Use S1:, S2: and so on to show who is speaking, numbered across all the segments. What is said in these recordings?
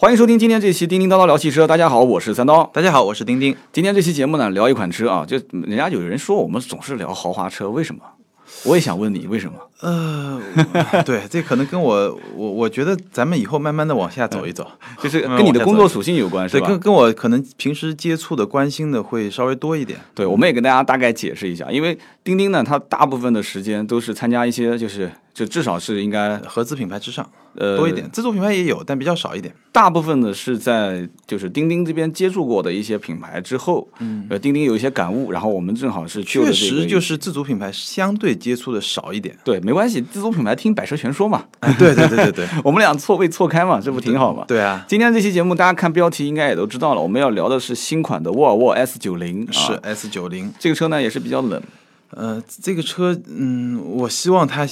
S1: 欢迎收听今天这期《叮叮叨叨聊汽车》，大家好，我是三刀。
S2: 大家好，我是丁丁。
S1: 今天这期节目呢，聊一款车啊，就人家有人说我们总是聊豪华车，为什么？我也想问你为什么？
S2: 呃， 我对，这可能跟我我我觉得咱们以后慢慢的往下走一 走，
S1: 就是
S2: 嗯
S1: 跟你
S2: 往
S1: 的
S2: 下
S1: 工
S2: 走
S1: 作属性有关，是
S2: 对，
S1: 吧？
S2: 跟跟我可能平时接触的、关心的会稍微多一点。
S1: 对，我们也跟大家大概解释一下，因为钉钉呢，它大部分的时间都是参加一些，就是就至少是应该
S2: 合资品牌之上
S1: 呃
S2: 多一点，自主品牌也有，但比较少一点。
S1: 大部分的是在就是钉钉这边接触过的一些品牌之后，嗯，呃，钉钉有一些感悟，然后我们正好是就
S2: 确
S1: 着这个
S2: 实就是自主品牌相对接触的少一 点。
S1: 对，没关系，自主品牌听百车全说嘛，
S2: 哎对对对对 对，
S1: 我们俩错位错开嘛，这不挺好吗？
S2: 对啊，
S1: 今天这期节目大家看标题应该也都知道了，我们要聊的是新款的沃尔沃 S 九零，啊
S2: 是 S 九零。
S1: 这个车呢也是比较冷，
S2: 呃，这个车，嗯，我希望它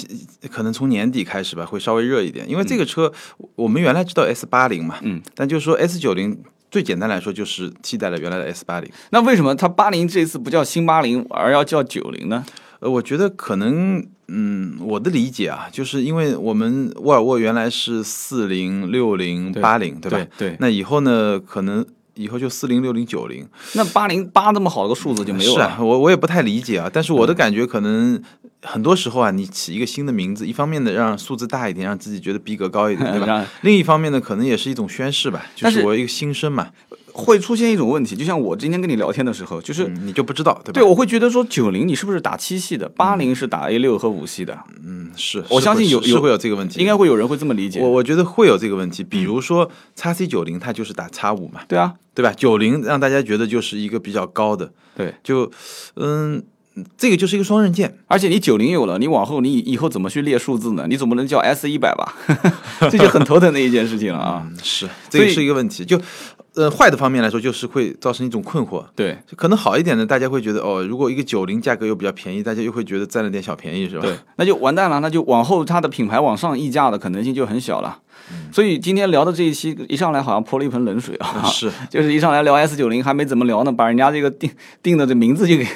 S2: 可能从年底开始吧，会稍微热一点，因为这个车、我们原来知道 S 八零嘛，嗯，但就是说 S 九零最简单来说就是替代了原来的 S 八零。
S1: 那为什么它八零这次不叫新八零，而要叫九零呢？
S2: 呃，我觉得可能，嗯，我的理解啊，就是因为我们沃尔沃原来是四零、六零、八零，对吧？
S1: 对对
S2: 那以后呢，可能以后就四零、六零、九零。
S1: 那八零八这么好的个数字就没有嗯
S2: 是
S1: 了。
S2: 啊，我我也不太理解啊，但是我的感觉可能很多时候啊，你起一个新的名字，一方面呢让数字大一点，让自己觉得逼格高 一点，对
S1: 让
S2: 吧？另一方面呢，可能也是一种宣誓吧，就
S1: 但是
S2: 是我一个新生嘛，
S1: 会出现一种问题，就像我今天跟你聊天的时候，就是、
S2: 嗯，你就不知道，对吧？
S1: 对我会觉得说九零你是不是打七系的，八零是打 A 六和五系的，
S2: 嗯，是，
S1: 我
S2: 是
S1: 相
S2: 会
S1: 信有
S2: 是是
S1: 有
S2: 会有这个问题，
S1: 应该会有人会这么理解嗯
S2: 我。我觉得会有这个问题，比如说叉 C 九零，它就是打叉五嘛，
S1: 对啊，
S2: 对吧？九零让大家觉得就是一个比较高的，
S1: 对，
S2: 就嗯，这个就是一个双刃剑，
S1: 而且你九零有了，你往后你以后怎么去列数字呢？你总不能叫 S 一百吧？ 这就很头疼的一件事情了啊。
S2: 嗯，是，这个
S1: 所以
S2: 是一个问题，就呃坏的方面来说，就是会造成一种困惑，
S1: 对
S2: 就可能好一点的，大家会觉得哦，如果一个九零价格又比较便宜，大家又会觉得占了点小便宜，是吧？
S1: 对，那就完蛋了，那就往后它的品牌往上溢价的可能性就很小了。
S2: 嗯
S1: 所以今天聊的这一期，一上来好像泼了一盆冷水啊。
S2: 是，
S1: 就是一上来聊 S 九零，还没怎么聊呢，把人家这个定定的这名字就 给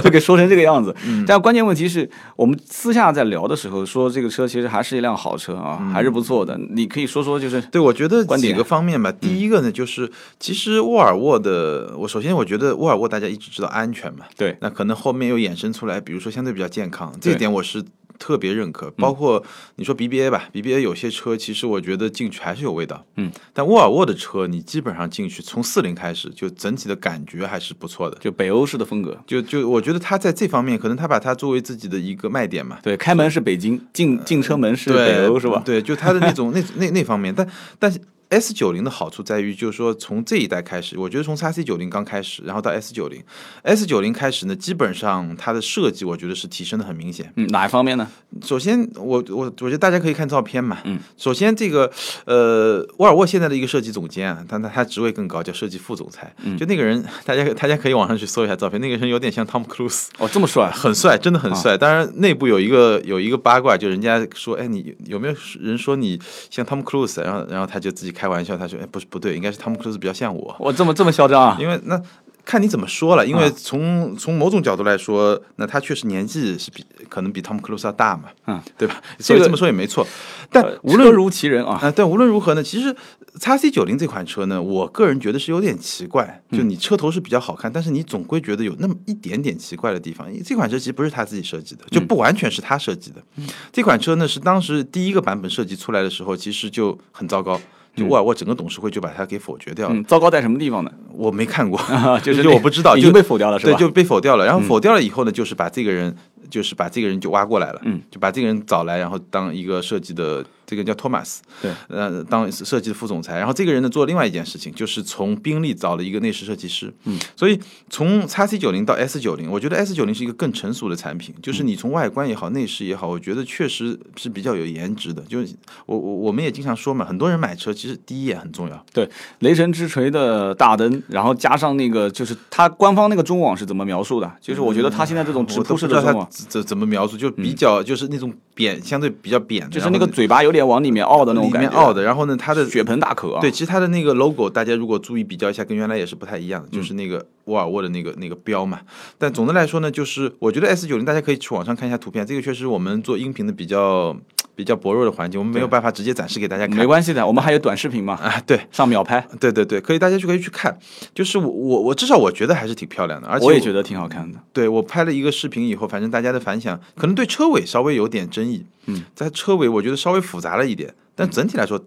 S1: 就给说成这个样子。
S2: 嗯
S1: 但关键问题是我们私下在聊的时候说，这个车其实还是一辆好车
S2: 嗯
S1: 啊，还是不错的。你可以说说，就是
S2: 对，我觉得
S1: 观
S2: 几
S1: 点
S2: 个方面吧。第一个呢，就是其实沃尔沃的，我首先我觉得沃尔沃大家一直知道安全嘛，
S1: 对
S2: 那可能后面又衍生出来，比如说相对比较健康，这
S1: 对嗯
S2: 一点我是特别认可。包括你说 BBA 吧，BBA 有些车其实我觉得进去还是有味道，
S1: 嗯，
S2: 但沃尔沃的车你基本上进去从四零开始，就整体的感觉还是不错的。
S1: 就北欧式的风格。
S2: 就就我觉得他在这方面，可能他把它作为自己的一个卖点嘛，
S1: 对，开门是北京，进进车门是
S2: 呃对，
S1: 北欧是吧？
S2: 对，就它的那种那那那方面，但但是 S 九零的好处在于，就是说从这一代开始，我觉得从 x C 九零刚开始，然后到 S 九零，S 九零开始呢，基本上它的设计我觉得是提升的很明显。
S1: 嗯，哪一方面呢？
S2: 首先，我我我觉得大家可以看照片嘛。嗯。首先，这个呃，沃尔沃现在的一个设计总监啊，但他他职位更高，叫设计副总裁。嗯。就那个人，大家大家可以网上去搜一下照片，那个人有点像汤姆克鲁斯。
S1: 哦，这么帅，
S2: 很帅，真的
S1: 啊
S2: 很帅。当然，内部有一个有一个八卦，就人家说，哎，你有没有人说你像汤姆·克鲁斯？然后，然后他就自己开玩笑，他说，哎，不是不对，应该是汤姆·克鲁斯比较像我，
S1: 我这么这么嚣张啊？
S2: 因为那看你怎么说了。因为从、从某种角度来说，那他确实年纪是比可能比汤姆·克鲁斯要大嘛，
S1: 嗯，
S2: 对吧？
S1: 这
S2: 所以
S1: 个
S2: 这么说也没错。但
S1: 呃
S2: 无论
S1: 车如其人啊，
S2: 啊、但无论如何呢，其实叉 C 九零这款车呢，我个人觉得是有点奇怪。
S1: 嗯
S2: 就你车头是比较好看，但是你总归觉得有那么一点点奇怪的地方。因为这款车其实不是他自己设计的，就
S1: 嗯
S2: 不完全是他设计的。这款车呢是当时第一个版本设计出来的时候，其实就很糟糕。就沃尔沃整个董事会就把它给否决掉了，
S1: 嗯，糟糕在什么地 方呢？啊
S2: 我没看过，
S1: 就是
S2: 就
S1: 那
S2: 我不知道，
S1: 已
S2: 就
S1: 经被否掉了是吧嗯
S2: 对，就被否掉了。然后否掉了以后呢，就是把这个人，就是把这个人就挖过来了，嗯，就把这个人找来，然后当一个设计的，这个人叫托马斯，
S1: 对，
S2: 呃，当设计的副总裁。然后这个人呢做另外一件事情，就是从宾利找了一个内饰设计师，嗯，所以从 x C 九零到 S 九零，我觉得 S 九零是一个更成熟的产品，就是你从外观也好，内饰也好，我觉得确实是比较有颜值的。就是我我我们也经常说嘛，很多人买车其实第一眼很重要。
S1: 对，雷神之锤的大灯，然后加上那个，就是它官方那个中网是怎么描述的？就是我觉得它现在这种直
S2: 嗯我都
S1: 扑
S2: 不
S1: 式
S2: 知
S1: 的
S2: 道
S1: 中啊
S2: 他
S1: 网，
S2: 怎怎么描述，就比较就是那种扁，相对比较扁的，
S1: 就是
S2: 然
S1: 那
S2: 后
S1: 个嘴巴有点往里面凹的那种
S2: 里
S1: 感
S2: 面
S1: 觉，啊
S2: 凹的，然后呢，它的
S1: 血盆大口啊。
S2: 对，，其实它的那个 logo，大家如果注意比较一下，跟原来也是不太一样的，
S1: 嗯
S2: 就是那个沃尔沃的那个那个标嘛。但啊总的来说呢，就是我觉得 S 九零大家可以去网上看一下图片，这个确实我们做音频的比较比较薄弱的环节，我们没有办法直接展示给大家看
S1: 没关系的，我们还有短视频嘛，
S2: 啊。对，
S1: 上秒拍，
S2: 对对对，可以，大家就可以去看。就是我我我至少我觉得还是挺漂亮的，而且
S1: 我也觉得挺好看的。
S2: 对我拍了一个视频以后，反正大家的反响可能对车尾稍微有点争议，嗯，在车尾我觉得稍微复杂了一点，但整体来说、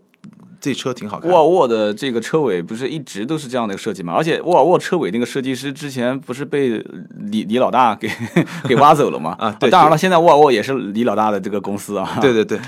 S2: 这车挺好看
S1: 沃尔沃的这个车尾不是一直都是这样的一个设计嘛？而且沃尔沃车尾那个设计师之前不是被李李老大给 给挖走了嘛？
S2: 啊对
S1: 当然了，现在沃尔沃也是李老大的这个公司啊。
S2: 对对对，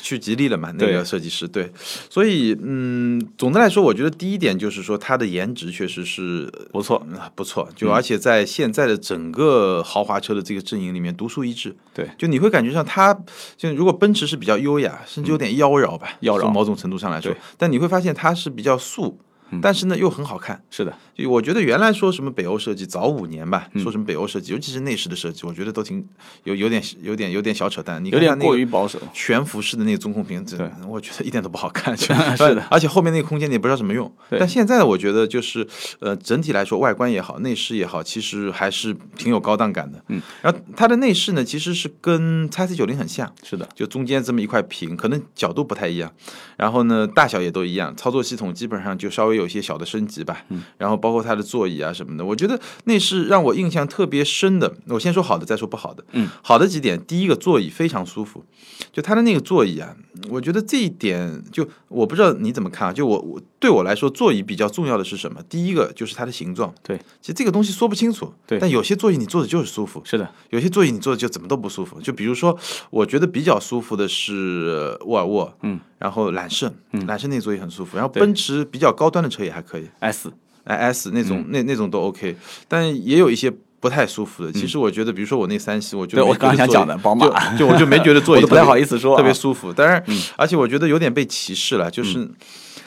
S2: 去吉利了嘛？那
S1: 对
S2: 个设计师对，所以嗯，总的来说，我觉得第一点就是说它的颜值确实是
S1: 不错
S2: 嗯不错，就而且在现在的整个豪华车的这个阵营里面独树一帜。
S1: 对，
S2: 就你会感觉上它，就如果奔驰是比较优雅，甚至有点妖娆吧，
S1: 嗯妖娆
S2: 从某种程度上来说
S1: 对，嗯
S2: 但你会发现它是比较素。但是呢，又很好看。
S1: 是的，
S2: 就我觉得原来说什么北欧设计，早五年吧，
S1: 嗯
S2: 说什么北欧设计，尤其是内饰的设计，我觉得都挺有有点有点有点小扯淡。你
S1: 有
S2: 看它
S1: 点
S2: 那个
S1: 过于保守。
S2: 全幅式的那个中控屏，这
S1: 对
S2: 我觉得一点都不好 看。是
S1: 是的，
S2: 而且后面那个空间你也不知道怎么用。
S1: 对
S2: 但现在我觉得就是，呃，整体来说外观也好，内饰也好，其实还是挺有高档感的。嗯，然后它的内饰呢，其实是跟 x C 九零很像，
S1: 是的，
S2: 就中间这么一块屏，可能角度不太一样，然后呢大小也都一样，操作系统基本上就稍微有一些小的升级吧。嗯，然后包括它的座椅啊什么的，我觉得内饰让我印象特别深的，我先说好的，再说不好的。嗯，好的几点，第一个座椅非常舒服，就它的那个座椅啊，我觉得这一点就我不知道你怎么看啊，就我我对我来说，座椅比较重要的是什么？第一个就是它的形状，
S1: 对，
S2: 其实这个东西说不清楚，
S1: 对
S2: 但有些座椅你坐着就是舒服，
S1: 是的，
S2: 有些座椅你坐着就怎么都不舒服。就比如说，我觉得比较舒服的是沃尔沃，嗯，然后揽胜，
S1: 嗯
S2: 揽胜那个座椅很舒服。然后奔驰比较高端的车也还可以
S1: S
S2: ，i S 那
S1: 嗯
S2: 种、那那种都 OK，但也有一些。不太舒服的，其实我觉得，比如说我那三系，我就
S1: 嗯对
S2: 没
S1: 我
S2: 觉
S1: 刚
S2: 得
S1: 想
S2: 座椅
S1: 讲的宝马
S2: 就就我就没觉 得座椅
S1: 我都不太
S2: 特别
S1: 好意思说啊嗯
S2: 特别舒服。当然，而且我觉得有点被歧视了，就是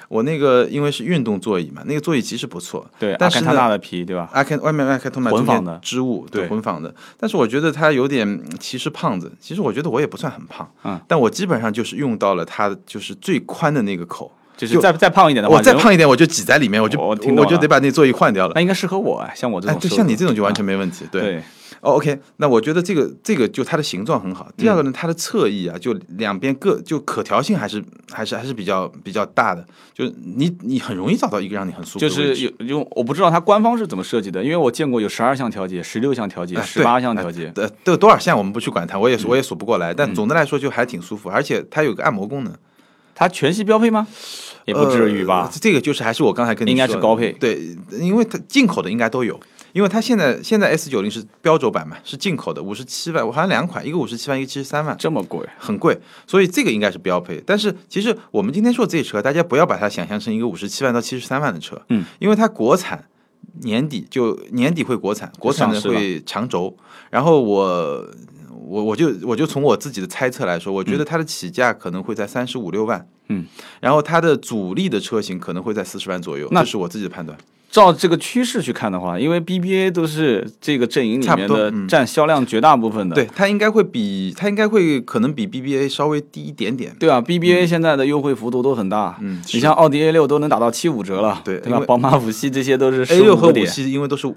S2: 我那个因为是运动座椅嘛，那个座椅其实不错，
S1: 对，啊阿
S2: 但是
S1: 甘
S2: 呢
S1: 塔纳的皮对吧？
S2: 阿开外面外开通买
S1: 混
S2: 中
S1: 纺
S2: 间
S1: 的
S2: 织物，对
S1: 对
S2: 混纺的。但是我觉得他有点嗯歧视胖子。其实我觉得我也不算很胖，
S1: 嗯，
S2: 但我基本上就是用到了它就是最宽的那个口。
S1: 就是再再胖一点的话，
S2: 我再
S1: 人
S2: 胖一点，我就挤在里面，我就
S1: 我
S2: 我
S1: 听懂了
S2: 就得把那座椅换掉了。
S1: 那应该适合我啊，像我这
S2: 哎，
S1: 种瘦
S2: 对，
S1: 子，
S2: 像你这种就完全没问题。对，
S1: 对
S2: 哦，OK，那我觉得这个这个就它的形状很好。第二个
S1: 嗯
S2: 呢，它的侧翼啊，就两边各就可调性还是还是还是比较比较大的，就是你你很容易找到一个让你很舒服的
S1: 就
S2: 位置。
S1: 是有用，我不知道它官方是怎么设计的，因为我见过有十二项调节、十六项调节、
S2: 哎
S1: 十
S2: 对
S1: 八项调嗯节，
S2: 呃，都有多少项我们不去管它，我也我也数不过来。但总的来说就还挺舒服，而且它有个按摩功能，
S1: 它全系标配吗？也不至于吧
S2: 呃。这个就是还是我刚才跟你
S1: 应该
S2: 说
S1: 是
S2: 的
S1: 高配
S2: 对，因为它进口的应该都有，因为它现在现在 S 九零是标轴版嘛，是进口的，五十七万，我好像两款，一个五十七万，一个七十三万。
S1: 这么贵，
S2: 很贵，所以这个应该是标配。但是其实我们今天说这车，大家不要把它想象成一个五十七万到七十三万的车，
S1: 嗯，
S2: 因为它国产年底就年底会国产，国产
S1: 上
S2: 呢
S1: 市了
S2: 会长轴。然后我我我就我就从我自己的猜测来说，我觉得它的起价可能会在三十五六万，
S1: 嗯，
S2: 然后它的主力的车型可能会在四十万左右，
S1: 那
S2: 这是我自己的判断。
S1: 照这个趋势去看的话，因为 BBA 都是这个阵营里
S2: 差
S1: 面
S2: 不多
S1: 的
S2: 嗯
S1: 占销量绝大部分的，
S2: 对，它应该会比它应该会可能比 BBA 稍微低一点点。
S1: 对啊，BBA 现在的优惠幅度都很大，
S2: 嗯
S1: 你
S2: 是
S1: 像奥迪 A 六都能打到七五折了，
S2: 对
S1: 对
S2: 因
S1: 吧？
S2: 为
S1: 宝马五系这些都是
S2: A 六和
S1: 15
S2: 五
S1: 点，
S2: 系因为都是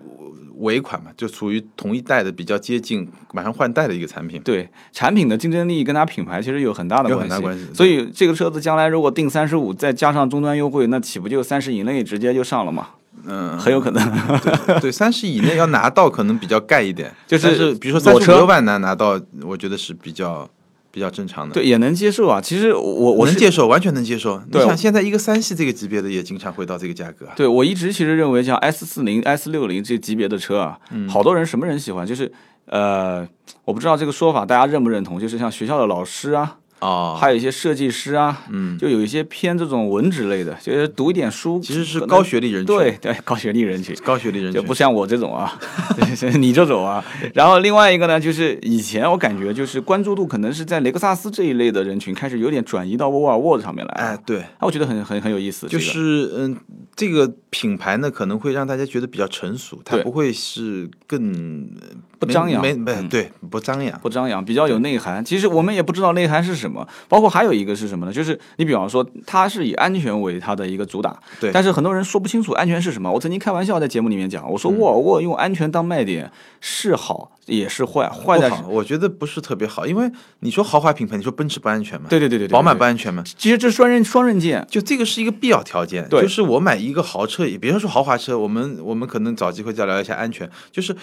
S2: 尾款嘛，就属于同一代的比较接近，马上换代的一个产品。
S1: 对产品的竞争力跟它品牌其实有很大的
S2: 有
S1: 关
S2: 很大
S1: 系，
S2: 关系对
S1: 所以这个车子将来如果定三十五，再加上终端优惠，那岂不就三十以内直接就上了嘛？
S2: 嗯，
S1: 很有可能。
S2: 对，三十以内要拿到可能比较盖一点，
S1: 就是
S2: 但是比如说
S1: 裸
S2: 三
S1: 车
S2: 十五六万拿拿到，我觉得是比较比较正常的。，
S1: 对，也能接受啊。其实我我
S2: 我
S1: 我
S2: 能
S1: 是
S2: 接受，完全能接受。你
S1: 对
S2: 想现在一个三系这个级别的也经常会到这个价格啊，
S1: 对我一直其实认为像 S 四零、S 六零这级别的车啊，
S2: 嗯
S1: 好多人什么人喜欢？就是呃，我不知道这个说法大家认不认同，就是像学校的老师啊，
S2: 哦，
S1: 还有一些设计师啊，嗯，就有一些偏这种文职类的，就是读一点书，
S2: 其实是
S1: 可能
S2: 高学历人群，
S1: 对，对高学历人群。
S2: 高学历人
S1: 就
S2: 群
S1: 不像我这种 啊， 就是你这种啊。然后另外一个呢，就是以前我感觉就是关注度可能是在雷克萨斯这一类的人群开始有点转移到沃尔沃上面来了，
S2: 哎，对，
S1: 啊，我觉得很很很有意思。
S2: 就
S1: 这个
S2: 是嗯，这个品牌呢，可能会让大家觉得比较成熟，它
S1: 对
S2: 不会是更呃
S1: 不张扬嗯
S2: 没没对，不张扬。
S1: 不张扬，比较有内涵。其实我们也不知道内涵是什么。包括还有一个是什么呢？就是你比方说，它是以安全为它的一个主打，
S2: 对
S1: 但是很多人说不清楚安全是什么。我曾经开玩笑在节目里面讲，我说
S2: 嗯
S1: 沃尔沃用安全当卖点是好也是坏，坏在
S2: 不好，我觉得不是特别好，因为你说豪华品牌，你说奔驰不安全吗？
S1: 对对对对对，
S2: 宝马
S1: 对
S2: 不安全吗？
S1: 其实这双刃双刃剑，
S2: 就这个是一个必要条件，
S1: 对
S2: 就是我买一个豪车，也别说豪华车，我们我们可能找机会再聊一下安全，就是。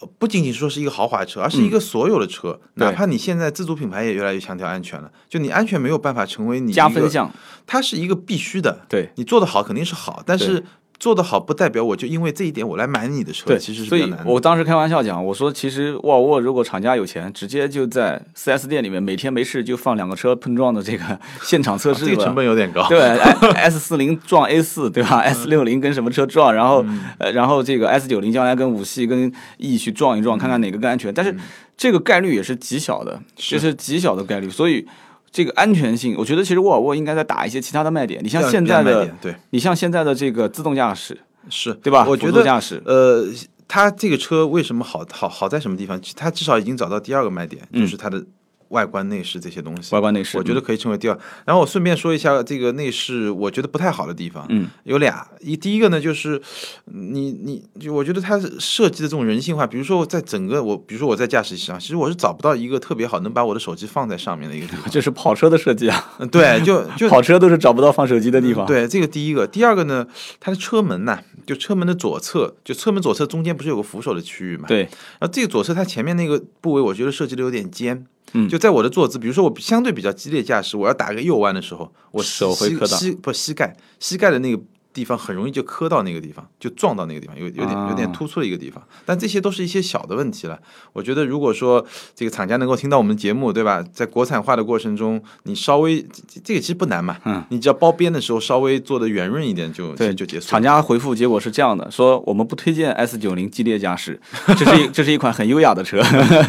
S2: 呃不仅仅说是一个豪华车，而是一个所有的车，
S1: 对
S2: 哪怕你现在自主品牌也越来越强调安全了，就你安全没有办法成为你一
S1: 加
S2: 个
S1: 分，项，
S2: 它是一个必须的。
S1: 对
S2: 你做得好肯定是好，但是做得好不代表我就因为这一点我来买你的车，
S1: 对，
S2: 其实是
S1: 所
S2: 比较
S1: 以
S2: 难的。
S1: 我当时开玩笑讲，我说其实沃尔沃如果厂家有钱，直接就在 4S 店里面每天没事就放两个车碰撞的这个现场测
S2: 啊
S1: 试吧。
S2: 这个成本有点 高，
S1: 对，S 哎四零撞 A 四，对
S2: 嗯
S1: 吧？S 六零跟什么车撞？然后，呃，然后这个 S 九零将来跟五系、跟 E 去撞一
S2: 嗯
S1: 撞，看看哪个更安全。但是这个概率也是极小的，这是极小的概率。所以这个安全性，我觉得其实沃尔沃应该再打一些其他的卖点。你像
S2: 这样
S1: 现
S2: 比
S1: 在
S2: 较难一
S1: 的
S2: 点，对
S1: 你像现在的这个自动驾驶，
S2: 是
S1: 对吧？
S2: 我觉
S1: 辅
S2: 得
S1: 助驾驶，
S2: 呃，它这个车为什么好好好在什么地方？它至少已经找到第二个卖点，
S1: 嗯
S2: 就是它的外观、内饰这些东西。
S1: 外观内饰，
S2: 我觉得可以称为第二。然后我顺便说一下这个内饰，我觉得不太好的地方，
S1: 嗯，
S2: 有俩。一第一个呢，就是你你就我觉得它设计的这种人性化，比如说在整个我，比如说我在驾驶席上，其实我是找不到一个特别好能把我的手机放在上面的一个地方。
S1: 嗯 这是跑车的设计啊，
S2: 嗯 对， 就就嗯
S1: 跑车都是找不到放手机的地方。
S2: 对，这个第一个，第二个呢，它的车门呐、就车门的左侧，就车门左侧中间不是有个扶手的区域嘛？。
S1: 对，
S2: 然后这个左侧它前面那个部位，我觉得设计的有点尖。
S1: 嗯
S2: 就在我的坐姿，比如说我相对比较激烈驾驶，我要打个右弯的时候，我
S1: 手会
S2: 膝
S1: 磕到
S2: 膝不膝盖，膝盖的那个地方很容易就磕到那个地方，就撞到那个地方，有有点有点
S1: 啊
S2: 突出的一个地方。但这些都是一些小的问题了。我觉得如果说这个厂家能够听到我们节目，对吧？在国产化的过程中，你稍微这这这个其实不难嘛，
S1: 嗯，
S2: 你只要包边的时候稍微做的圆润一点就
S1: 对，
S2: 就结束了。
S1: 厂家回复结果是这样的：说我们不推荐 S 九零激烈驾驶，这是一这是一款很优雅的车，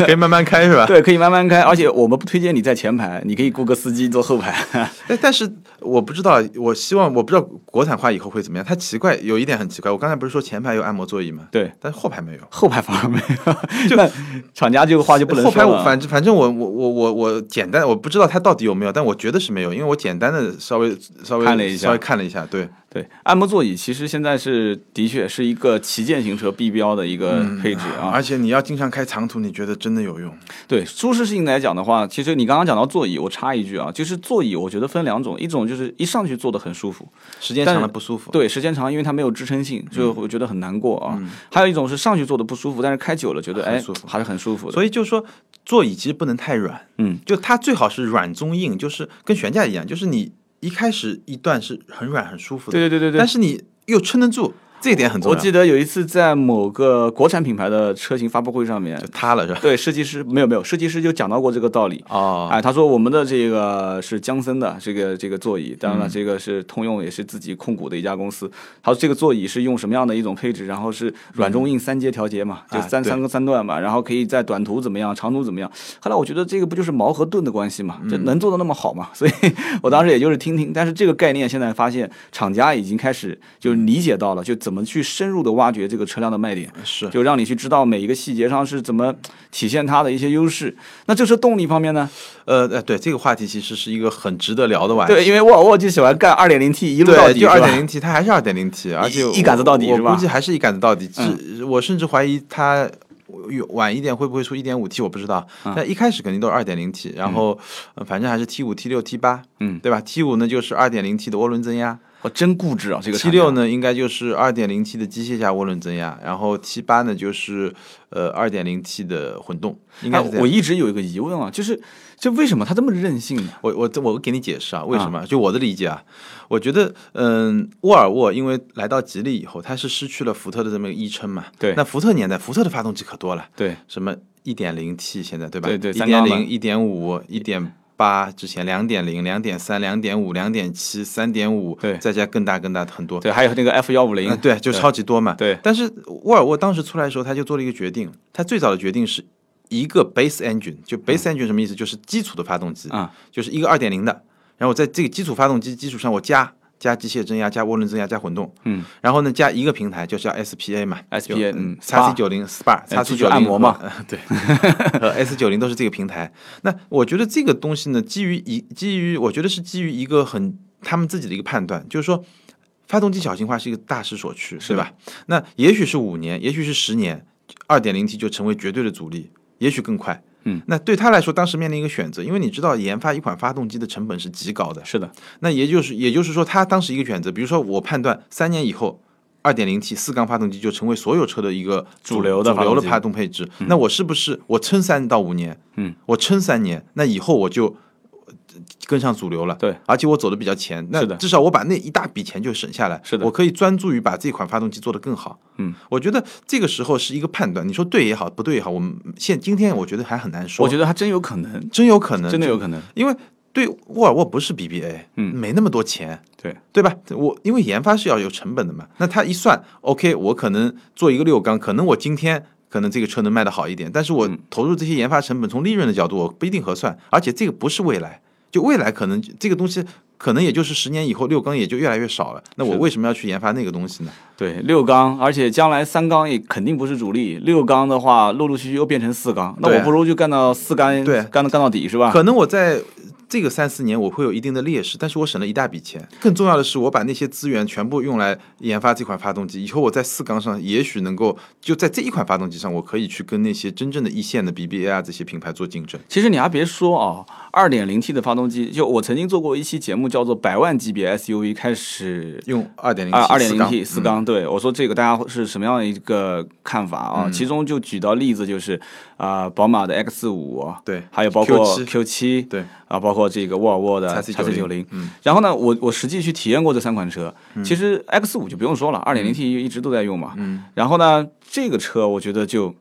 S2: 可以慢慢开是 吧？
S1: 对，可以慢慢开，而且我们不推荐你在前排，你可以雇个司机坐后排。
S2: 但但是我不知道，我希望我不知道国产化以后会怎么样。它奇怪，有一点很奇怪，我刚才不是说前排有按摩座椅吗？
S1: 对，
S2: 但是后排没有。
S1: 后排反而没有，就那厂家这个话就不能
S2: 后
S1: 说
S2: 排我
S1: 了。
S2: 反正反正我我我我我简单我不知道它到底有没有，但我觉得是没有，因为我简单的稍微稍微
S1: 看了一下
S2: 稍微看了一下，对，
S1: 对，按摩座椅其实现在是的确是一个旗舰型车必标的一个配置啊。
S2: 嗯而且你要经常开长途，你觉得真的有用？
S1: 对舒适性来讲的话，其实你刚刚讲到座椅，我插一句啊，就是座椅我觉得分两种，一种就是一上去坐的很舒服，
S2: 时间
S1: 但
S2: 长了
S1: 是
S2: 不舒服。
S1: 对，时间长，因为它没有支撑性，
S2: 嗯
S1: 所以我觉得很难过啊。还有一种是上去坐的不舒服，但是开久了觉得哎
S2: 舒服
S1: 还是很舒服的。
S2: 所以就是说，座椅其实不能太软，
S1: 嗯，
S2: 就它最好是软中硬，就是跟悬架一样，就是你一开始一段是很软很舒服的，
S1: 对对对对
S2: 但
S1: 对。
S2: 是你又撑得住，这一点很重
S1: 我
S2: 要。
S1: 记得有一次在某个国产品牌的车型发布会上面
S2: 就，塌了是吧？
S1: 对设计师没有没有设计师就讲到过这个道理。
S2: 哦，
S1: 哎，他说我们的这个是江森的这个这个座椅，当然了，这个是通用也是自己控股的一家公司。他说这个座椅是用什么样的一种配置，然后是软中硬三阶调节嘛，就
S2: 啊
S1: 三
S2: 对
S1: 三个三段嘛，然后可以在短途怎么样，长途怎么样。后来我觉得这个不就是矛和盾的关系嘛，这能做的那么好嘛？所以我当时也就是听听，但是这个概念现在发现厂家已经开始就是理解到了，就怎么去深入的挖掘这个车辆的卖点。
S2: 是
S1: 就让你去知道每一个细节上是怎么体现它的一些优势。那这车动力方面呢？
S2: 呃呃，对，这个话题其实是一个很值得聊的玩意儿。
S1: 对，因为沃尔沃就喜欢干二点零 T 一路到
S2: 对，
S1: 底，
S2: 就二
S1: 是吧
S2: 点零 T，它还是二点零 T，而且
S1: 一一杆子到底
S2: 我
S1: 是吧
S2: 我估计还是一嗯杆子到底。至我甚至怀疑它有晚一点会不会出一点五 T，我不知道。但一开始肯定都是二点零 T，然后呃反正还是 T 五、T 六、T 八，
S1: 嗯，
S2: 对吧？T 五呢就是二点零 T 的涡轮增压
S1: 我真固执啊，这个
S2: ，T
S1: 厂
S2: 六
S1: 家
S2: 呢应该就是二点零 T 的机械下涡轮增压，然后 T 八呢就是呃二点零 T 的混动，应该
S1: 哎
S2: 是这样
S1: 我。一直有一个疑问啊，就是这为什么它这么任性呢？
S2: 我我我给你解释啊，为什么？就我的理解啊，我觉得，嗯，沃尔沃因为来到吉利以后，它是失去了福特的这么一个依撑嘛。
S1: 对
S2: 那福特年代，福特的发动机可多了，
S1: 对，
S2: 什么一点零 T 现在对吧？
S1: 对对
S2: 一
S1: 三
S2: 点
S1: 缸的
S2: 零、一点五、一点八之前，两点零、两点三、两点五、两点七、三点五，
S1: 对
S2: 再加更大更大的很多。
S1: 对，还有那个 F 幺五
S2: 嗯，
S1: 零，
S2: 对，就超级多嘛。
S1: 对
S2: 但是沃尔沃当时出来的时候，他就做了一个决定，他最早的决定是一个 base engine，就 base engine 什么意思？就是基础的发动机
S1: 嗯啊，
S2: 就是一个二点零的，然后在这个基础发动机基础上我加加机械增压、加涡轮增压、加混动，
S1: 嗯，
S2: 然后呢加一个平台，就是叫 SPA 嘛
S1: SPA 嗯
S2: 叉 C 九
S1: SPA
S2: 零 SPA，
S1: 哎这
S2: 叉 C
S1: 就
S2: 九
S1: 按摩嘛，
S2: 对和，S 呃九零都是这个平台。那我觉得这个东西呢，基于一基于，我觉得是基于一个很他们自己的一个判断，就是说。发动机小型化是一个大势所趋，
S1: 是
S2: 对吧？那也许是五年，也许是十年，二点零 T 就成为绝对的主力，也许更快。
S1: 嗯，
S2: 那对他来说，当时面临一个选择，因为你知道研发一款发动机的成本是极高的，
S1: 是的，
S2: 那也就是也就是说，他当时一个选择，比如说我判断三年以后。二点零 T 四缸发动机就成为所有车的一个
S1: 主流的
S2: 主
S1: 发
S2: 流
S1: 动
S2: 的
S1: 机
S2: 发动配置。那我是不是我撑三到五年？
S1: 嗯，
S2: 我撑三年，那以后我就呃跟上主流了。
S1: 对，
S2: 而且我走的比较前，那
S1: 是的
S2: 至少我把那一大笔钱就省下来。
S1: 是的
S2: 我可以专注于把这款发动机做得更好。
S1: 嗯，
S2: 我觉得这个时候是一个判断，你说对也好，不对也好，我们现今天我觉得还很难说。
S1: 我觉得还真有可能，
S2: 真有可能，
S1: 真的有可能。
S2: 因为对沃尔沃不是 BBA，
S1: 嗯
S2: 没那么多钱，
S1: 对
S2: 对吧？我因为研发是要有成本的嘛，那他一算，OK，我可能做一个六缸，可能我今天。可能这个车能卖得好一点，但是我投入这些研发成本，从利润的角度我不一定核算，而且这个不是未来，就未来可能这个东西可能也就是十年以后六缸也就越来越少了。那我为什么要去研发那个东西呢？
S1: 对，六缸，而且将来三缸也肯定不是主力。六缸的话，陆陆续续又变成四缸，那
S2: 对
S1: 我不如就干到四缸，
S2: 对
S1: 干到干到底是吧？
S2: 可能我在这个三四年我会有一定的劣势，但是我省了一大笔钱。更重要的是，我把那些资源全部用来研发这款发动机，以后我在四缸上也许能够就在这一款发动机上，我可以去跟那些真正的一线的 BBA 啊这些品牌做竞争。
S1: 其实你还别说啊、2二点零 T 的发动机，就我曾经做过一期节目，叫做《百万级别 SUV 开始
S2: 用二点零
S1: 啊二二点零 T 四
S2: 四缸，嗯
S1: 缸，对我说这个大家是什么样的一个看法啊？
S2: 嗯
S1: 其中就举到例子就是啊、宝马的 X 五，
S2: 对
S1: 还有包括
S2: Q7
S1: Q 七，
S2: 对
S1: 啊，包括这个沃尔沃的
S2: XC90
S1: 九零，嗯然后呢，我我实际去体验过这三款车，其实 X 五就不用说了，二
S2: 嗯
S1: 点零 T 一直都在用嘛，然后呢，这个车我觉得就，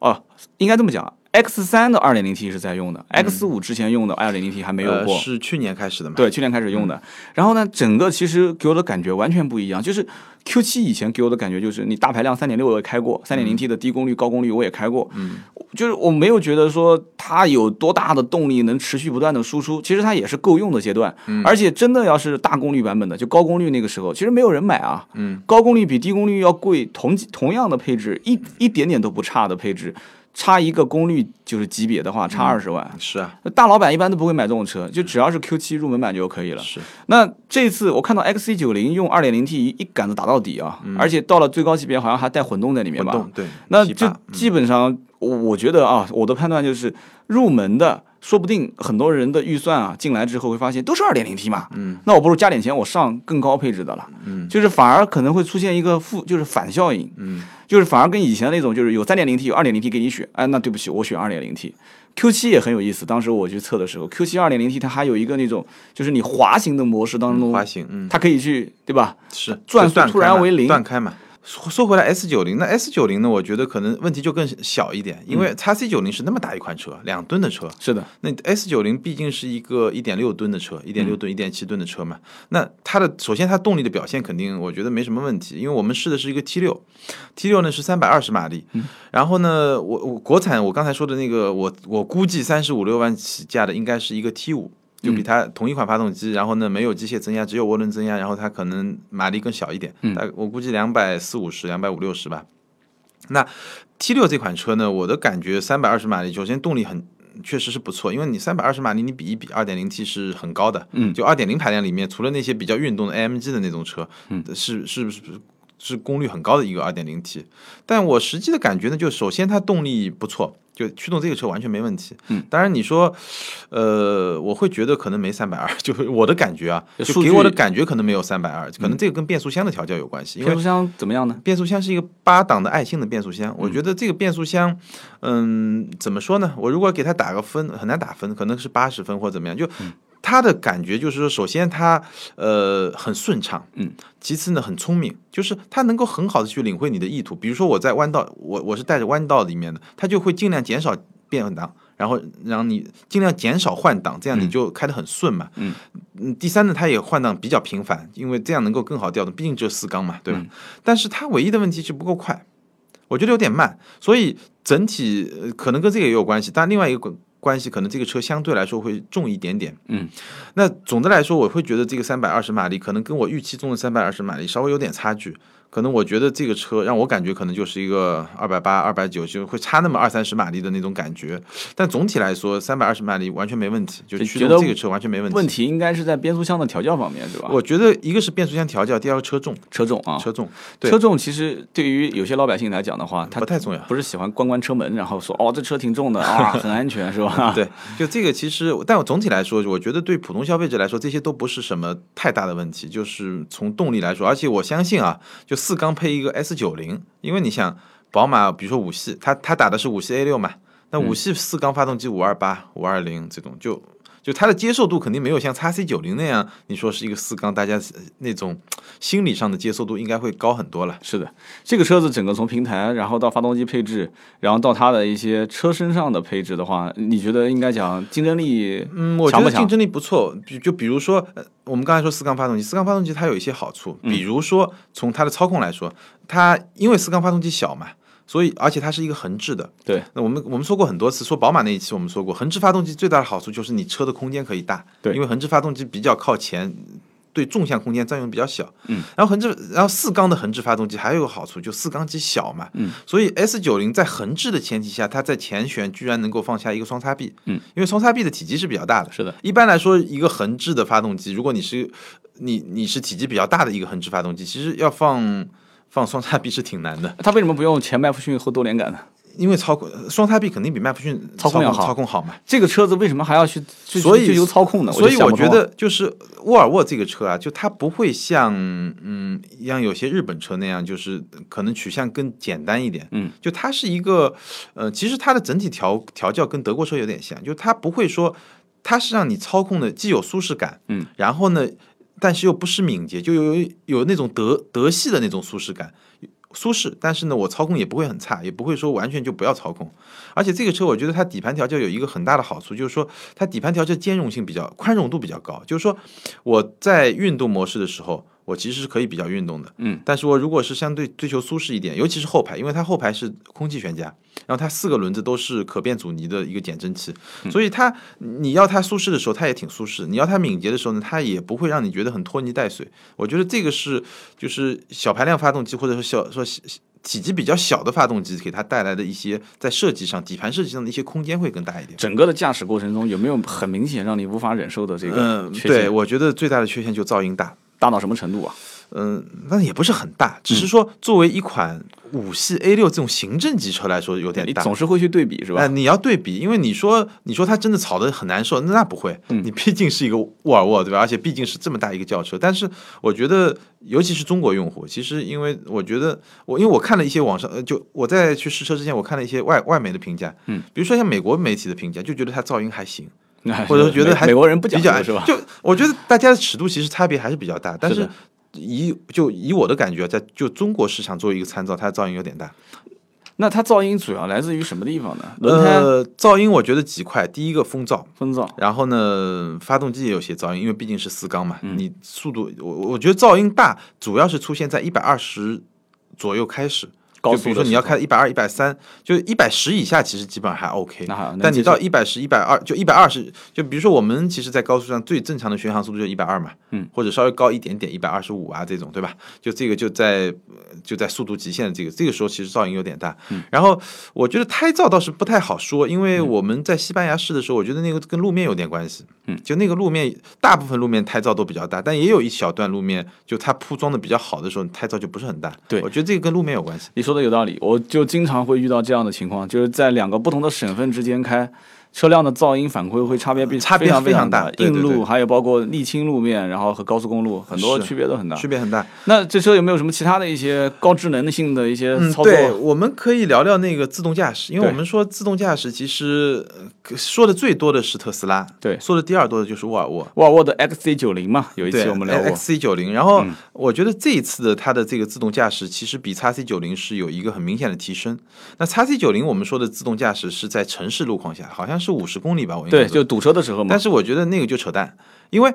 S1: 哦，应该这么讲。X 三的二点零 T 是在用的，X
S2: 嗯
S1: 五之前用的二点零 T 还没有
S2: 呃
S1: 过，
S2: 是去年开始的嘛？
S1: 对，去年开始用的。然后呢，整个其实给我的感觉完全不一样。就是 Q 7以前给我的感觉就是，你大排量三点六我也开过，三点零 T 的低功率、高功率我也开过，嗯，就是我没有觉得说它有多大的动力能持续不断的输出。其实它也是够用的阶段，而且真的要是大功率版本的，就高功率那个时候，其实没有人买啊，嗯，高功率比低功率要贵，同级同样的配置，一一点点都不差的配置。差一个功率就是级别的话，差二十万，
S2: 是啊，
S1: 大老板一般都不会买这种车，就只要是 Q 7入门版就可以了。
S2: 嗯是，
S1: 那这次我看到 XC 9 0用 2.0T 一杆子打到底啊，而且到了最高级别好像还带混动在里面
S2: 嗯混
S1: 吧？
S2: 动对，
S1: 啊那
S2: 提
S1: 就
S2: 拔
S1: 基本上，我我觉得啊，我的判断就是入门的，说不定很多人的预算啊进来之后会发现都是2 0 0 T 嘛，嗯，那我不如加点钱我上更高配置的了，嗯，就是反而可能会出现一个负，就是反效应，嗯，就是反而跟以前那种就是有3 0 0 T 有2 0 0 T 给你选，哎，那对不起，我选2 0 0 T。Q 7也很有意思，当时我去测的时候，Q 7 2 0 0 T 它还有一个那种，就是你滑行的模式当中，
S2: 滑行，嗯。
S1: 它可以去，对吧？
S2: 是
S1: 转
S2: 就
S1: 速
S2: 断
S1: 突
S2: 开
S1: 然
S2: 嘛
S1: 为零
S2: 断开嘛。说说回来，S 九零那 S 九零呢？我觉得可能问题就更小一点，因为叉 C 九零是那么大一款车，两吨的车，
S1: 是的，
S2: 那 S 九零毕竟是一个一点六吨的车，一点六吨、一点七吨的车嘛。那它的首先它动力的表现肯定我觉得没什么问题，因为我们试的是一个 T 六，T 六呢是三百二十马力。然后呢，我我国产我刚才说的那个，我我估计三十五六万起价的应该是一个 T 五。就比它同一款发动机，然后呢没有机械增压，只有涡轮增压，然后它可能马力更小一点，大概我估计两百四五十、两百五六十吧。那 T 六这款车呢，我的感觉三百二十马力，首先动力很确实是不错，因为你三百二十马力你比一比二点零 T 是很高的，嗯，就二点零排量里面，除了那些比较运动的 AMG 的那种车，嗯，是是是是功率很高的一个二点零 T，但我实际的感觉呢，就首先它动力不错。就驱动这个车完全没问题，嗯，当然你说，呃，我会觉得可能没三百二， 就是我的感觉啊，
S1: 数
S2: 就
S1: 据
S2: 给我的感觉可能没有三百二，可能这个跟变速箱的调教有关系，因为
S1: 变速箱怎么样呢？
S2: 变速箱是一个八档的爱信的变速箱，我觉得这个变速箱，嗯，怎么说呢？我如果给它打个分，很难打分，可能是八十分或怎么样。就它的感觉就是说，首先它呃很顺畅，
S1: 嗯，
S2: 其次呢很聪明，就是它能够很好的去领会你的意图。比如说我在弯道，我我是带着弯道里面的，它就会尽量减少变档。然后让你尽量减少换挡，这样你就开得很顺嘛。
S1: 嗯
S2: 嗯，第三呢，它也换挡比较频繁，因为这样能够更好调动，毕竟只有四缸嘛，对
S1: 嗯
S2: 吧？但是它唯一的问题是不够快，我觉得有点慢，所以整体呃可能跟这个也有关系。但另外一个关系，可能这个车相对来说会重一点点。
S1: 嗯，
S2: 那总的来说，我会觉得这个三百二十马力可能跟我预期中的三百二十马力稍微有点差距。可能我觉得这个车让我感觉可能就是一个二百八、二百九，就会差那么二三十马力的那种感觉。但总体来说，三百二十马力完全没问题，就
S1: 就
S2: 驱
S1: 觉
S2: 动
S1: 得
S2: 这个车完全没问题。
S1: 问题应该是在变速箱的调教方面，是吧？
S2: 我觉得一个是变速箱调教，第二个车重，
S1: 车重啊，
S2: 车重对
S1: 车重其实对于有些老百姓来讲的话，他
S2: 不太重要。
S1: 不是喜欢关关车门，然后说哦这车挺重的 啊，很安全是吧？
S2: 对，就这个其实，但我总体来说，我觉得对普通消费者来说，这些都不是什么太大的问题。就是从动力来说，而且我相信啊，就四缸配一个 S 九零，因为你想，宝马比如说五系，它它打的是五系 A 六嘛，那五系四缸发动机五二八、五二零这种就。就它的接受度肯定没有像 x C 九零那样，你说是一个四缸，大家呃那种心理上的接受度应该会高很多了。
S1: 是的，这个车子整个从平台，然后到发动机配置，然后到它的一些车身上的配置的话，你觉得应该讲竞争力
S2: 嗯，我觉
S1: 强不
S2: 得
S1: 强
S2: 竞争力不错。比就比如说，呃，我们刚才说四缸发动机，四缸发动机它有一些好处，
S1: 嗯
S2: 比如说从它的操控来说，它因为四缸发动机小嘛，所以而且它是一个横置的。
S1: 对
S2: 那我们我们说过很多次，说宝马那一期我们说过，横置发动机最大的好处就是你车的空间可以大，
S1: 对
S2: 因为横置发动机比较靠前。对纵向空间占用比较小，
S1: 嗯，
S2: 然后横置，然后四缸的横置发动机还有个好处，就四缸机小嘛，
S1: 嗯，
S2: 所以 S 九零在横置的前提下，它在前悬居然能够放下一个双叉臂，
S1: 嗯，
S2: 因为双叉臂的体积是比较大的，
S1: 是的，
S2: 一般来说，一个横置的发动机，如果你是你你是体积比较大的一个横置发动机，其实要放放双叉臂是挺难的，
S1: 它为什么不用前麦弗逊后多连杆呢？
S2: 因为操控呃双叉臂肯定比麦弗逊
S1: 操控要好
S2: 操控好嘛。
S1: 这个车子为什么还要去去
S2: 所以
S1: 追求操控呢？
S2: 所以
S1: 就想
S2: 我
S1: 不通啊
S2: 觉得就是沃尔沃这个车啊，就它不会像嗯像有些日本车那样，就是可能取向更简单一点。
S1: 嗯，
S2: 就它是一个呃，其实它的整体调调教跟德国车有点像，就它不会说它是让你操控的既有舒适感，
S1: 嗯，
S2: 然后呢，但是又不失敏捷，就有有那种德德系的那种舒适感。舒适，但是呢，我操控也不会很差，也不会说完全就不要操控。而且这个车，我觉得它底盘调教有一个很大的好处，就是说它底盘调教兼容性比较，宽容度比较高。就是说我在运动模式的时候，我其实是可以比较运动的，
S1: 嗯。
S2: 但是我如果是相对追求舒适一点，尤其是后排，因为它后排是空气悬架，然后它四个轮子都是可变阻尼的一个减震器，
S1: 嗯
S2: 所以它你要它舒适的时候，它也挺舒适；你要它敏捷的时候呢，它也不会让你觉得很拖泥带水。我觉得这个是就是小排量发动机或者说小说体积比较小的发动机给它带来的一些在设计上、底盘设计上的一些空间会更大一点。
S1: 整个的驾驶过程中有没有很明显让你无法忍受的这个
S2: 嗯，
S1: 缺
S2: 对，
S1: 陷？
S2: 我觉得最大的缺陷就噪音大。
S1: 大到什么程度啊？
S2: 嗯，那也不是很大，只
S1: 嗯
S2: 是说作为一款五系 A 六这种行政级车来说有点
S1: 你
S2: 大。
S1: 总是会去对比是吧？
S2: 哎，你要对比，因为你说你说它真的吵得很难受，那那不会，
S1: 嗯
S2: 你毕竟是一个沃尔沃，对吧？而且毕竟是这么大一个轿车，但是我觉得，尤其是中国用户，其实因为我觉得我因为我看了一些网上，呃就我在去试车之前，我看了一些外外媒的评价，
S1: 嗯，
S2: 比如说像美国媒体的评价，就觉得它噪音还行，
S1: 哎
S2: 或者说觉得
S1: 美
S2: 还
S1: 美国人不讲
S2: 比
S1: 究
S2: 较
S1: 是吧？
S2: 就我觉得大家的尺度其实差别还是比较大，但
S1: 是
S2: 是
S1: 的
S2: 以就以我的感觉，啊在就中国市场作为一个参照，它的噪音有点大。
S1: 那它噪音主要来自于什么地方呢？轮胎、
S2: 呃，噪音我觉得几块，第一个风噪。
S1: 风噪，
S2: 然后呢，发动机也有些噪音，因为毕竟是四缸嘛，
S1: 嗯
S2: 你速度，我我我觉得噪音大，主要是出现在一百二十左右开始。
S1: 高
S2: 就比
S1: 速
S2: 如
S1: 的
S2: 说你
S1: 时
S2: 要
S1: 候
S2: 开一百二、一百三，就一百十以下，其实基本上还 OK
S1: 那还能。
S2: 但
S1: 接
S2: 你
S1: 受
S2: 到一百十、一百二，就一百二十，就比如说我们其实，在高速上最正常的巡航速度就一百二嘛，
S1: 嗯，
S2: 或者稍微高一点点，一百二十五啊这种，对吧？就这个就在就在速度极限的这个这个时候，其实噪音有点大。
S1: 嗯
S2: 然后我觉得胎噪倒是不太好说，因为我们在西班牙试的时候，我觉得那个跟路面有点关系。
S1: 嗯，
S2: 就那个路面，大部分路面胎噪都比较大，但也有一小段路面，就它铺装的比较好的时候，胎噪就不是很大。
S1: 对
S2: 我觉得这个跟路面有关系。
S1: 你说的有道理，我就经常会遇到这样的情况，就是在两个不同的省份之间开，车辆的噪音反馈会差别比
S2: 差别
S1: 非常
S2: 非常大
S1: 大，
S2: 对对
S1: 硬
S2: 对
S1: 路还有包括沥青路面，然后和高速公路很多
S2: 是
S1: 区别都很大。
S2: 区别很大。
S1: 那这车有没有什么其他的一些高智能性的一些
S2: 嗯，
S1: 操作？
S2: 对，我们可以聊聊那个自动驾驶，因为
S1: 对
S2: 我们说自动驾驶其实呃可说的最多的是特斯拉，
S1: 对
S2: 说的第二多的就是沃尔沃。
S1: 沃尔沃的 XC 九零嘛，有一
S2: 对
S1: 期我们聊过。嗯
S2: XC 九零，然后我觉得这一次的它的这个自动驾驶其实比 XC 九零是有一个很明显的提升。那 XC 九零我们说的自动驾驶是在城市路况下，好像是五十公里吧，我印象
S1: 对，
S2: 中
S1: 就堵车的时候嘛
S2: 但。是我觉得那个就扯淡，因为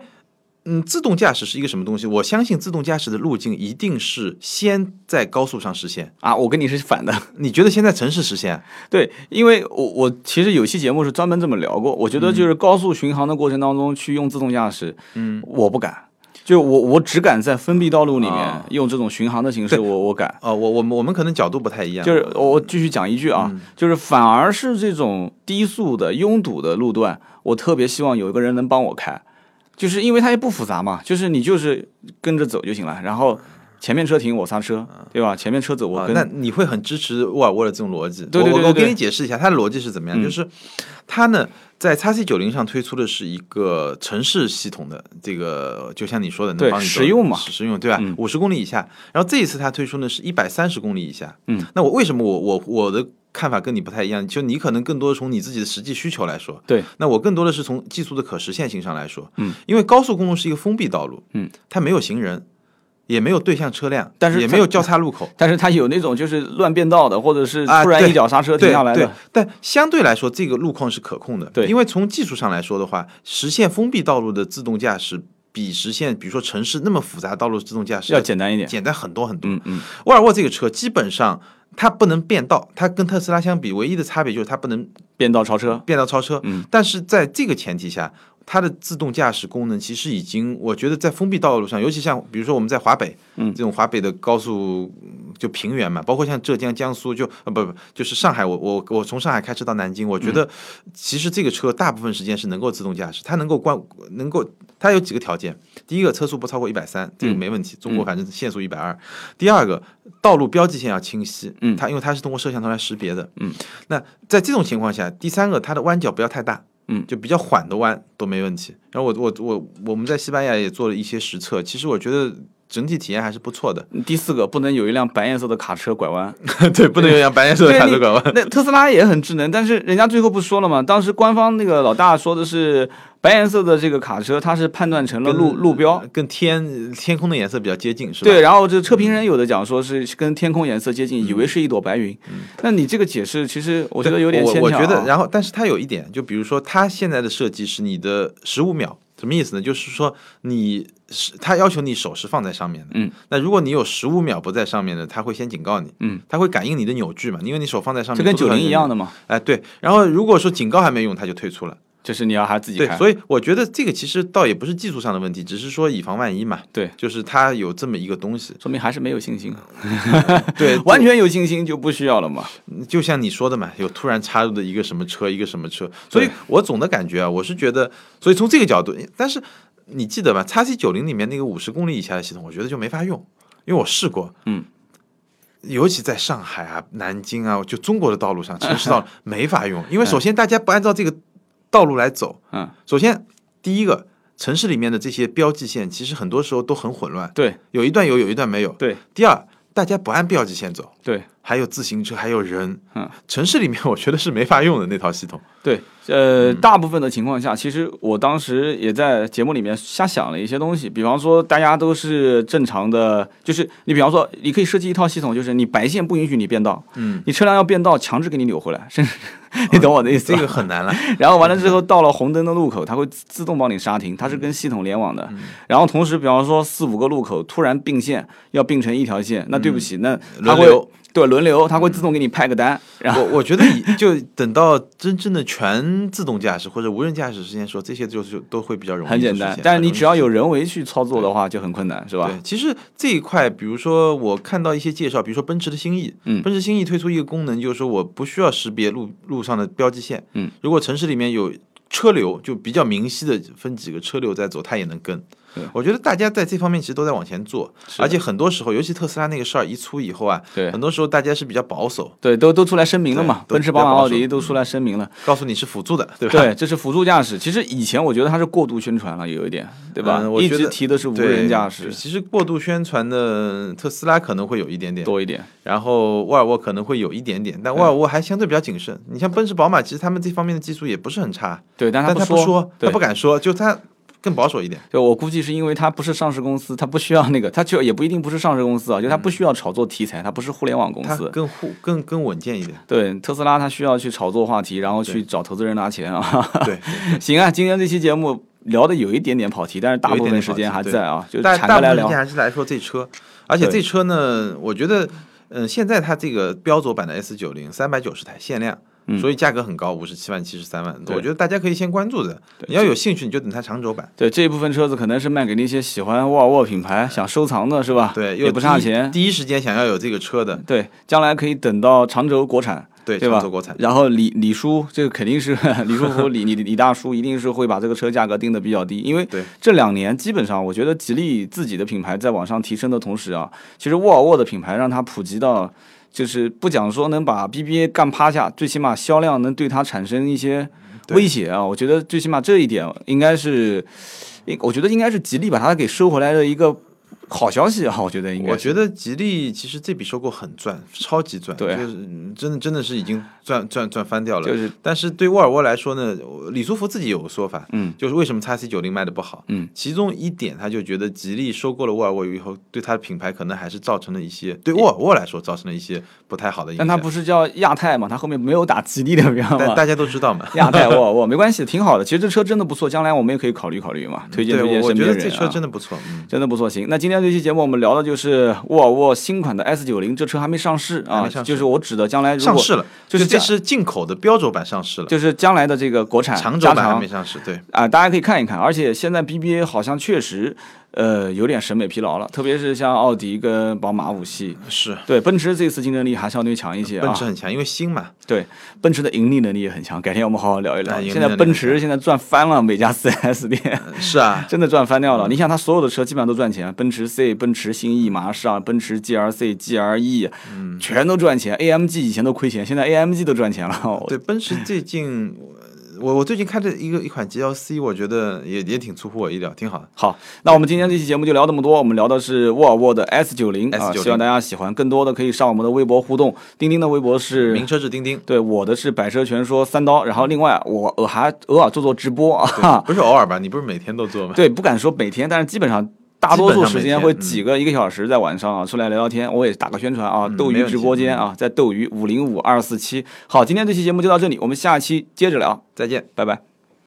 S2: 嗯，自动驾驶是一个什么东西？我相信自动驾驶的路径一定是先在高速上实现。
S1: 啊，我跟你是反的，
S2: 你觉得先在城市实现？
S1: 对，因为我我其实有期节目是专门这么聊过，我觉得
S2: 嗯
S1: 就是高速巡航的过程当中去用自动驾驶，嗯，我不敢，就我我只敢在封闭道路里面
S2: 啊
S1: 用这种巡航的形式，我我敢。
S2: 哦，我我们我们可能角度不太一样。嗯
S1: 就是我我继续讲一句啊，就是反而是这种低速的拥堵的路段，我特别希望有一个人能帮我开，就是因为它也不复杂嘛，就是你就是跟着走就行了，然后前面车停我刹车，对吧？前面车走我
S2: 啊
S1: 跟，
S2: 那你会很支持沃尔沃的这种逻辑？
S1: 对对对
S2: 我我我
S1: 对对嗯
S2: 给你解释一下，它的逻辑是怎么样？就是它呢，在 x C 九零上推出的是一个城市系统的这个，就像你说的，能
S1: 对
S2: 帮你
S1: 实用嘛嗯
S2: 实实用对吧？五十公里以下，然后这一次它推出呢是一百三十公里以下。
S1: 嗯，
S2: 那我为什么我我我的看法跟你不太一样？就你可能更多从你自己的实际需求来说，
S1: 对，
S2: 那我更多的是从技术的可实现性上来说，
S1: 嗯，
S2: 因为高速公路是一个封闭道路，
S1: 嗯，
S2: 它没有行人，也没有对向车辆，
S1: 但是
S2: 也
S1: 它
S2: 没有交叉路口。
S1: 但是它有那种就是乱变道的，或者是
S2: 啊
S1: 突然
S2: 对
S1: 一脚刹车停下来
S2: 对
S1: 的
S2: 对，，但相对来说，这个路况是可控的。
S1: 对
S2: 因为从技术上来说的话，实现封闭道路的自动驾驶，比实现比如说城市那么复杂道路自动驾驶
S1: 要简单一点。
S2: 简单很多很多。
S1: 嗯嗯，
S2: 沃尔沃这个车基本上它不能变道，它跟特斯拉相比，唯一的差别就是它不能
S1: 变道超车，
S2: 变道超车。
S1: 嗯，
S2: 但是在这个前提下。它的自动驾驶功能其实已经，我觉得在封闭道路上，尤其像比如说我们在华北，
S1: 嗯
S2: 这种华北的高速嗯就平原嘛，包括像浙江、江苏就，呃不不就是上海，我我我从上海开车到南京，我觉
S1: 嗯
S2: 得其实这个车大部分时间是能够自动驾驶，它能够关能够它有几个条件，第一个车速不超过一百三，这个
S1: 嗯
S2: 没问题，中国反正限速一百二，第二个道路标记线要清晰，
S1: 嗯
S2: 它因为它是通过摄像头来识别的，
S1: 嗯，
S2: 那在这种情况下，第三个它的弯角不要太大，
S1: 嗯
S2: 就比较缓的弯都没问题。然后我我我我们在西班牙也做了一些实测，其实我觉得整体体验还是不错的。
S1: 第四个不能有一辆白颜色的卡车拐弯。
S2: 对，不能有像白颜色 的
S1: 对
S2: 卡
S1: 你
S2: 车拐弯。
S1: 那特斯拉也很智能，但是人家最后不说了嘛？当时官方那个老大说的是白颜色的这个卡车，它是判断成了路路标。
S2: 跟呃天天空的颜色比较接近，是吧？
S1: 对，然后这测评人有的讲说是跟天空颜色接近，以为是一朵白云。那你这个解释其实我觉得有点
S2: 我
S1: 牵
S2: 嗯我
S1: 强、啊
S2: 觉得，然后但是它有一点，就比如说它现在的设计是你的十五秒，什么意思呢？就是说你是它要求你手是放在上面的，
S1: 嗯，
S2: 那如果你有十五秒不在上面呢，它会先警告你，
S1: 嗯，
S2: 它会感应你的扭矩嘛，因为你手放在上面，
S1: 这跟
S2: 多
S1: 九
S2: 多少
S1: 零
S2: 有
S1: 一样的啊嘛，
S2: 哎，对。然后如果说警告还没用，它就退出了。
S1: 就是你要还自己
S2: 对，
S1: 开。
S2: 所以我觉得这个其实倒也不是技术上的问题，只是说以防万一嘛。
S1: 对，。
S2: 就是它有这么一个东西
S1: 说明还是没有信心，
S2: 对，
S1: 完全有信心就不需要了嘛。
S2: 就像你说的嘛，有突然插入的一个什么车，一个什么车。所以
S1: 对
S2: 我总的感觉啊，我是觉得，所以从这个角度，但是你记得吧，x C 九零里面那个五十公里以下的系统，我觉得就没法用，因为我试过。
S1: 嗯。
S2: 尤其在上海啊、南京啊，就中国的道路上，城市道路没法 用，因为首先大家不按照这个道路来走，
S1: 嗯，
S2: 首先，第一个，城市里面的这些标记线，其实很多时候都很混乱，
S1: 对
S2: 有一段有，有一段没有。
S1: 对
S2: 第二，大家不按标记线走，
S1: 对
S2: 还有自行车，还有人。
S1: 嗯，
S2: 城市里面我觉得是没法用的那套系统。
S1: 对，呃，大部分的情况下，其实我当时也在节目里面瞎想了一些东西，比方说大家都是正常的，就是你比方说你可以设计一套系统，就是你白线不允许你变道，
S2: 嗯，
S1: 你车辆要变道，强制给你扭回来，甚至 你懂我的意思
S2: 哦这
S1: 吧？
S2: 个很难了。
S1: 然后完了之后，到了红灯的路口，它会自自动帮你刹停，它是跟系统联网的。
S2: 嗯
S1: 然后同时，比方说四五个路口突然并线，要并成一条线，那对不起，那它
S2: 嗯轮
S1: 会
S2: 流
S1: 对轮流，它会自动给你派个单， 然后
S2: 我我觉得以就等到真正的全自动驾驶或者无人驾驶实现说，这些就是都会比较容易
S1: 很简
S2: 地实
S1: 单
S2: 现。
S1: 但是
S2: 很
S1: 你
S2: 容易
S1: 只要有人为去操作的话，就很困难，是吧？
S2: 对，其实这一块，比如说我看到一些介绍，比如说奔驰的新 E，
S1: 嗯
S2: 奔驰新 E 推出一个功能，就是说我不需要识别路路上的标记线，
S1: 嗯，
S2: 如果城市里面有车流，就比较明晰的分几个车流在走，它也能跟
S1: 对。
S2: 我觉得大家在这方面其实都在往前做，
S1: 是的
S2: 而且很多时候，尤其特斯拉那个事儿一出以后啊，
S1: 对
S2: 很多时候大家是比较保守，
S1: 对，都都出来声明了嘛，
S2: 对都
S1: 奔驰、宝马、
S2: 都保守
S1: 奥迪都出来声明了。
S2: 告诉你是辅助的，对吧？
S1: 对，这是辅助驾驶。其实以前我觉得它是过度宣传了，有一点，对吧？
S2: 嗯我
S1: 一
S2: 觉
S1: 直
S2: 得
S1: 提的是无
S2: 对
S1: 人驾驶
S2: 其实过度宣传的特斯拉可能会有一点点，
S1: 多一点。
S2: 然后沃尔沃可能会有一点点，但沃尔沃还相对比较谨慎。你像奔驰、宝马，其实他们这方面的技术也不是很差，
S1: 对，但
S2: 但
S1: 他
S2: 他
S1: 不
S2: 不说，
S1: 对
S2: 他不敢说，就他更保守一点。
S1: 就我估计是因为它不是上市公司，它不需要那个，它就也不一定不是上市公司啊，就它
S2: 嗯
S1: 不需要炒作题材，它不是互联网公
S2: 他
S1: 司。。
S2: 更护更更稳健一点
S1: 对，特斯拉它需要去炒作话题，然后去找投资人拿钱啊。
S2: 对，对
S1: 行啊，今天这期节目聊的有一点点跑题，但是大
S2: 有一
S1: 部分
S2: 点点
S1: 时
S2: 跑
S1: 间
S2: 题
S1: 还
S2: 对
S1: 在啊，就
S2: 大
S1: 是敞
S2: 大
S1: 开
S2: 部
S1: 来
S2: 分时
S1: 聊
S2: 间。还是来说这车，而且
S1: 对
S2: 这车呢，我觉得，嗯、现在它这个标轴版的 S 九零三百九十台限量。所以价格很高，五十七万、七十三万，
S1: 嗯对
S2: 我觉得大家可以先关注着。你要有兴趣，你就等它长轴版。
S1: 对这一部分车子，可能是卖给那些喜欢沃尔沃品牌、想收藏的，是吧？
S2: 对，又
S1: 也不差
S2: 第一
S1: 钱。
S2: 第一时间想要有这个车的，
S1: 对，将来可以等到长轴国产，
S2: 对，
S1: 对
S2: 长
S1: 吧？
S2: 轴国产。
S1: 然后李李叔，这个肯定是 李书福、李李李大叔，一定是会把这个车价格定的比较低，因为
S2: 对
S1: 这两年基本上，我觉得吉利自己的品牌在往上提升的同时啊，其实沃尔沃的品牌让它普及到，就是不讲说能把 BBA 干趴下，最起码销量能对它产生一些
S2: 对
S1: 威胁啊。我觉得最起码这一点应该是，应我觉得应该是吉利把它给收回来的一个好消息啊。我觉得应该是，
S2: 我觉得吉利其实这笔收购很赚，超级赚，
S1: 对啊
S2: 就是嗯真的真的是已经赚赚赚翻掉了。
S1: 就是
S2: 但是对沃尔沃来说呢，我李书福自己有个说法，
S1: 嗯，
S2: 就是为什么 x C 九零卖的不好，
S1: 嗯，
S2: 其中一点他就觉得吉利收购了沃尔沃以后，对它的品牌可能还是造成了一些对沃尔沃来说造成了一些不太好的影
S1: 但
S2: 响。
S1: 它不是叫亚太嘛，它后面没有打吉利的标嘛，
S2: 但大家都知道嘛，
S1: 亚太沃尔沃没关系，挺好的。其实这车真的不错，将来我们也可以考虑考虑嘛，推荐
S2: 嗯对，
S1: 推荐
S2: 我我
S1: 身
S2: 觉
S1: 边
S2: 得
S1: 人、啊。
S2: 这车真的不错，嗯，
S1: 真的不错，行。那今天这期节目我们聊的就是沃尔沃新款的 S 九零，这车还没上市
S2: 还
S1: 啊，
S2: 没上市
S1: 就是我指的将来如
S2: 上
S1: 果
S2: 市了，
S1: 就是
S2: 这
S1: 价
S2: 是进口的标准版上市了，
S1: 就是将来的这个国产
S2: 长轴
S1: 加
S2: 版还
S1: 长
S2: 没上市，对。
S1: 啊、大家可以看一看。而且现在 BBA 好像确实呃有点审美疲劳了，特别是像奥迪跟宝马五系。
S2: 是，
S1: 对，奔驰这次竞争力还相对强一些啊。
S2: 奔驰很强，因为新嘛，
S1: 对，奔驰的盈利能力也很强，改天我们好好聊一聊。
S2: 哎盈利
S1: 现在
S2: 能力
S1: 奔
S2: 很
S1: 驰现在赚翻了每家 4S 店，
S2: 是啊，
S1: 真的赚翻掉了。你想，它所有的车基本上都赚钱，奔驰 C、奔驰新 E、马上、奔驰 GLC、GLE，全 E，都赚钱。AMG 以前都亏钱，现在 AMG 都赚钱了。哦我
S2: 对，奔驰最近，我我最近看这一个一款 GLC，我觉得也也挺出乎我意料，挺好的。
S1: 好，那我们今天这期节目就聊这么多。我们聊的是沃尔沃的 S 九零啊，
S2: S90
S1: 希望大家喜欢。更多的可以上我们的微博互动，钉钉的微博是
S2: 名车志钉钉，
S1: 对我的是百车全说三刀，然后另外我我还偶尔做做直播啊，
S2: 不是偶尔吧？你不是每天都做吗？
S1: 对，不敢说每天，但是基本上大多数时间
S2: 嗯
S1: 会挤个一个小时在晚上啊出来聊聊天。我也打个宣传啊，
S2: 嗯
S1: 斗
S2: 没
S1: 鱼
S2: 问题
S1: 直播间啊，在斗鱼五零五二四七。好，今天这期节目就到这里，我们下期接着聊，
S2: 再见。
S1: 拜拜。